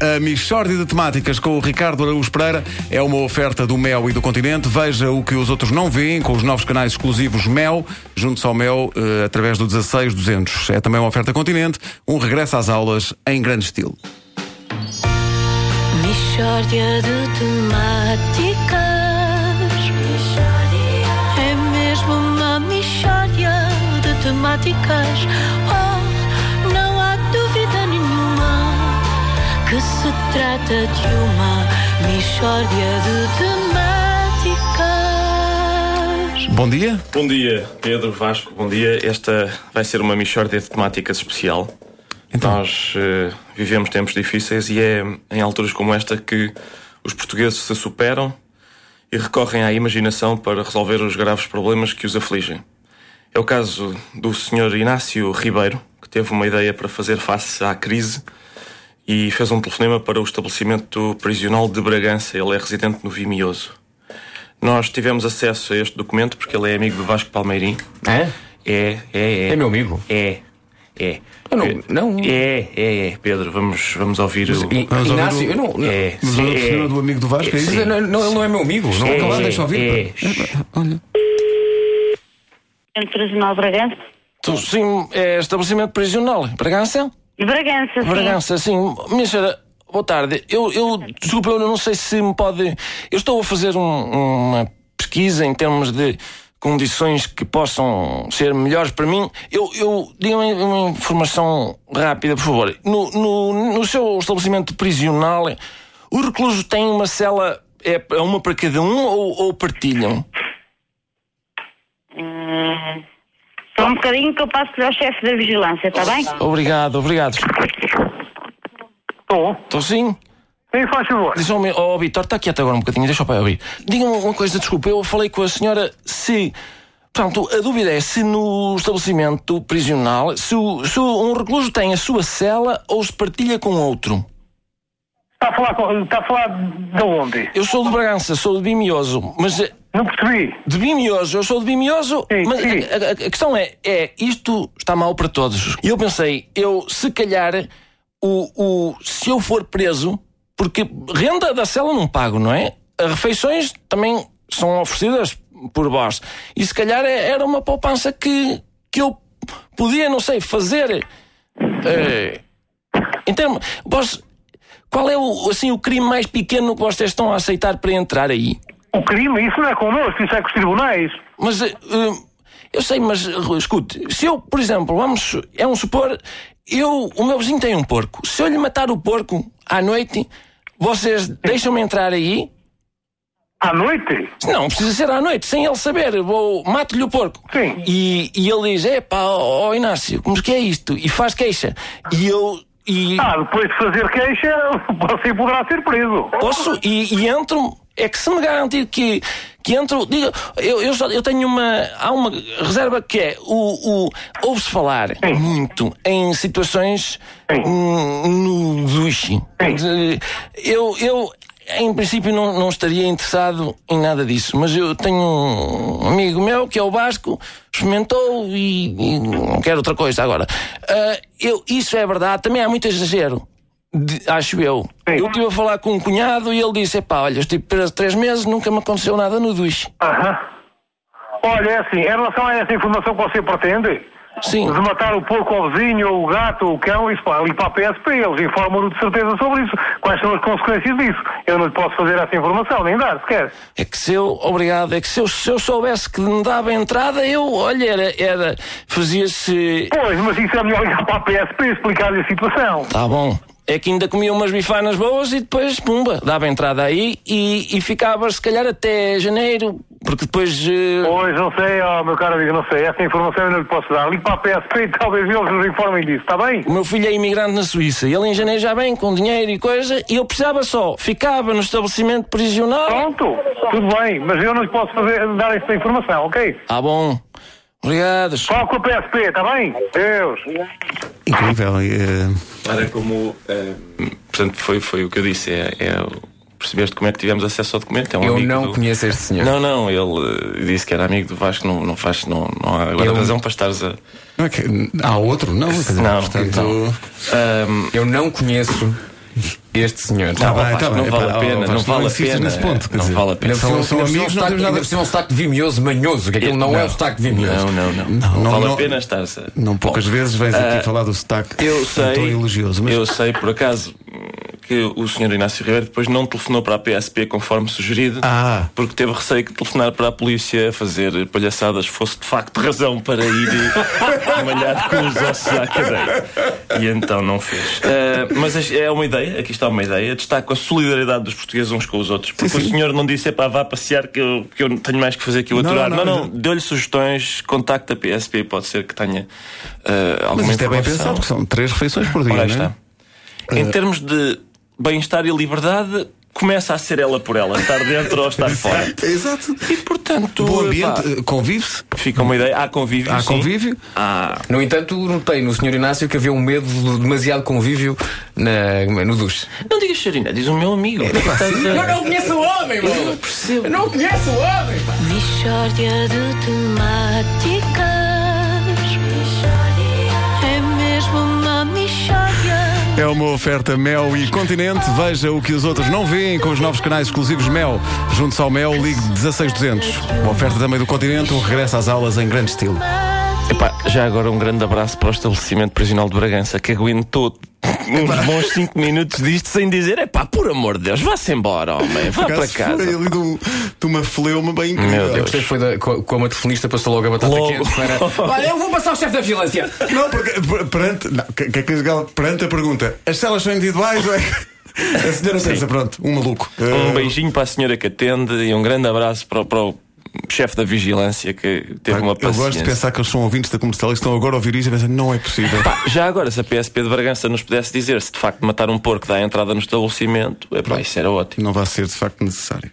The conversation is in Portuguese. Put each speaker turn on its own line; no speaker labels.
A Michórdia de Temáticas com o Ricardo Araújo Pereira é uma oferta do Mel e do Continente. Veja o que os outros não veem com os novos canais exclusivos Mel, junto ao Mel, eh, através do 16200. É também uma oferta Continente, um regresso às aulas em grande estilo.
Mishória de temáticas É mesmo uma mishória de temáticas Oh, não há dúvida nenhuma Que se trata de uma mishória de temáticas
Bom dia.
Bom dia, Pedro Vasco, bom dia. Esta vai ser uma mixórdia de temáticas especial. Nós eh, vivemos tempos difíceis e é em alturas como esta que os portugueses se superam e recorrem à imaginação para resolver os graves problemas que os afligem. É o caso do Sr. Inácio Ribeiro, que teve uma ideia para fazer face à crise e fez um telefonema para o estabelecimento prisional de Bragança. Ele é residente no Vimioso. Nós tivemos acesso a este documento porque ele é amigo do Vasco Palmeirim.
É?
É, é, é.
É meu amigo?
É, é.
Eu não-
Pe-
não.
É, é, é. Pedro, vamos, vamos ouvir o.
I-
Vamos
Inácio,
ouvir o-
eu não. não-
É,
Mas
sim,
o senhor do amigo do Vasco, é isso?
sim.
Não, não, ele não é meu amigo. Não,
É,
lá, deixa ouvir.
é.
Centro Prisional de Bragança.
Então, sim, é estabelecimento prisional. Bragança?
De Bragança, sim.
Bragança, sim. Minha senhora, boa tarde. Eu, eu desculpa, eu não sei se me pode. Eu estou a fazer um- uma pesquisa em termos de condições que possam ser melhores para mim. Eu, eu diga-me uma informação rápida, por favor. No, no, no seu estabelecimento prisional, o recluso tem uma cela. É é uma para cada um ou, ou partilham?
Só um bocadinho que eu passo-lhe ao chefe da vigilância, está bem?
Obrigado, obrigado.
Estou.
Estou sim?
Sim, faz favor.
Diz ao meu, oh, Vitor, está quieto agora um bocadinho, deixa o pai abrir. Diga-me uma coisa, desculpa, eu falei com a senhora se. Portanto, a dúvida é se no estabelecimento prisional, se, o- se um recluso tem a sua cela ou se partilha com outro.
Está a falar, com- está a falar de onde?
Eu sou de Bragança, sou de Bimioso, mas. eh,
Não percebi.
De Bimioso, eu sou de Bimioso,
Sim,
mas
sim.
A, a- a questão é, é, isto está mal para todos. E eu pensei, eu, se calhar, o, o, se eu for preso, porque renda da cela não pago, não é? As refeições também são oferecidas por vós. E se calhar é- era uma poupança que, que eu podia, não sei, fazer. eh, em termo, vós, qual é o, assim, o crime mais pequeno que vocês estão a aceitar para entrar aí?
O crime, isso não é connosco, isso é com os tribunais.
Mas eh, eh, eu sei, mas eh, escute, se eu, por exemplo, vamos, su- é um supor, eu, o meu vizinho tem um porco. Se eu lhe matar o porco à noite, vocês deixam-me entrar aí?
À noite?
Não, precisa ser à noite, sem ele saber. Vou, mato-lhe o porco.
Sim.
E, e ele diz: é pá, ó ó, Inácio, como que é isto? E faz queixa. E eu. E
Ah, depois de fazer queixa, você poderá ser preso.
posso e, e entro é que se me garantir que que entro diga eu, eu, só- eu tenho uma há uma reserva que é o, o ouve-se falar
Sim.
muito em situações
Sim.
hum, no duche
Sim.
De- eu eu em princípio não, não estaria interessado em nada disso, mas eu tenho um amigo meu que é o Vasco, experimentou e, e não quero outra coisa agora. Ah, eu, isso é verdade, também há muito exagero, de- acho eu.
Sim.
Eu estive a falar com um cunhado e ele disse: Epá, olha, estive preso três meses, nunca me aconteceu nada no duche.
Aham. Olha, é assim, em relação a essa informação que você pretende,
Sim.
de matar o porco ao vizinho, ou o gato, ou o cão, isso pá, ali para a PSP, eles informam-no de certeza sobre isso. Quais são as consequências disso? Eu não lhe posso fazer essa informação, nem dar, sequer.
É que se eu, obrigado, é que se eu, se eu soubesse que me dava entrada, eu, olha, era, era fazia-se.
Pois, mas isso é melhor ligar para a PSP e explicar-lhe a situação.
Tá bom. É que ainda comia umas bifanas boas e depois, pumba, dava entrada aí e, e ficava se calhar até janeiro, porque depois. eh,
Pois, não sei, ó, meu caro amigo, não sei. Essa informação eu não lhe posso dar. Ligue para a PSP e talvez eles nos informem disso, está bem?
O meu filho é imigrante na Suíça. Ele em janeiro já vem com dinheiro e coisa, e eu precisava só. Ficava no estabelecimento prisional.
Pronto, tudo bem, mas eu não lhe posso fazer, dar essa informação, ok?
Ah, bom. Obrigados.
Fala com a PSP, está tá bem? Deus.
Incrível. eh,
Era como. eh, portanto, foi, foi o que eu disse. É, é o- percebeste como é que tivemos acesso ao documento? É um
Eu
amigo
não
do-
conheço este senhor.
Não, não, ele eh, disse que era amigo do Vasco, não, não faz, não, não há agora
Eu-
razão para estares a.
não é que- há outro? Não, quer dizer,
Não,
portanto,
não. Ahm,
Eu não conheço este senhor.
Tá bem,
Vasco,
tá bem.
não vale
Epá,
a pena,
Vasco,
não vale a
insistas
pena.
nesse ponto, quer
Não
dizer.
vale a pena.
Ainda por cima são amigos, não temos nada-
é um sotaque vimioso, manhoso, que aquilo não, é um sotaque vimioso.
Não, não, não.
Não, não,
Não vale
não.
a pena estar-se. a-
Não poucas vezes vens aqui falar do sotaque
eh, Eu sei.
tão elogioso, mas
Eu sei, por acaso, que o senhor Inácio Ribeiro depois não telefonou para a PSP conforme sugerido,
Ah.
porque teve receio que telefonar para a polícia a fazer palhaçadas fosse de facto razão para ir malhar com os ossos à cadeia. E então não fez. Ah, mas é uma ideia, aqui está uma ideia, destaco a solidariedade dos portugueses uns com os outros, porque o senhor não disse, epá, vá passear que eu, que eu tenho mais que fazer que o
Não,
aturar.
não,
Não, não,
não.
deu-lhe sugestões, contacta a PSP, pode ser que tenha ah, alguma
Mas isto é bem
informação.
pensado, porque são três refeições por dia,
Ora aí
não é?
está. Em termos de bem-estar e liberdade, começa a ser ela por ela, estar dentro ou estar fora.
Exato.
E portanto,
Bom
pá,
ambiente, eh, convive-se,
fica uma ideia. Há convívio.
há
sim. Ah.
convívio.
Há
No entanto, notei no senhor Inácio que havia um medo de demasiado convívio na, no duche.
Não digas Sarina, diz o meu amigo.
É, assim. não conheço o homem, mano!
percebo.
não conheço o homem!
Mishória de temáticas. É mesmo uma mishória.
É uma oferta Mel e Continente. Veja o que os outros não veem com os novos canais exclusivos Mel. Junte-se ao Mel, ligue 16200. Uma oferta também do Continente, o regresso às aulas em grande estilo.
Epá, já agora um grande abraço para o estabelecimento prisional de Bragança que aguentou uns bons 5 minutos disto sem dizer: epá, por amor de Deus, vá-se embora, homem, vá para casa.
ali de, um- de uma fleuma bem incrível.
Meu
Eu
Deus.
gostei foi da, co- como a telefonista passou logo a batata
Logo.
quente para. Olha, eu vou passar o chefe da vigilância!
Não, porque per- perante, não, que, é que, que- perante a pergunta, as celas são individuais ou é que- A senhora pensa, pronto, um maluco.
Um
Eh,
beijinho para a senhora que atende e um grande abraço para, o- para o chefe da vigilância que teve uma
Eu
paciência.
gosto de pensar que eles são ouvintes da comercial e estão agora a ouvir isto e pensam, não é possível.
Pá, já agora, se a PSP de Bragança nos pudesse dizer se de facto matar um porco dá entrada no estabelecimento, epá, isso era ótimo.
Não vai ser de facto necessário.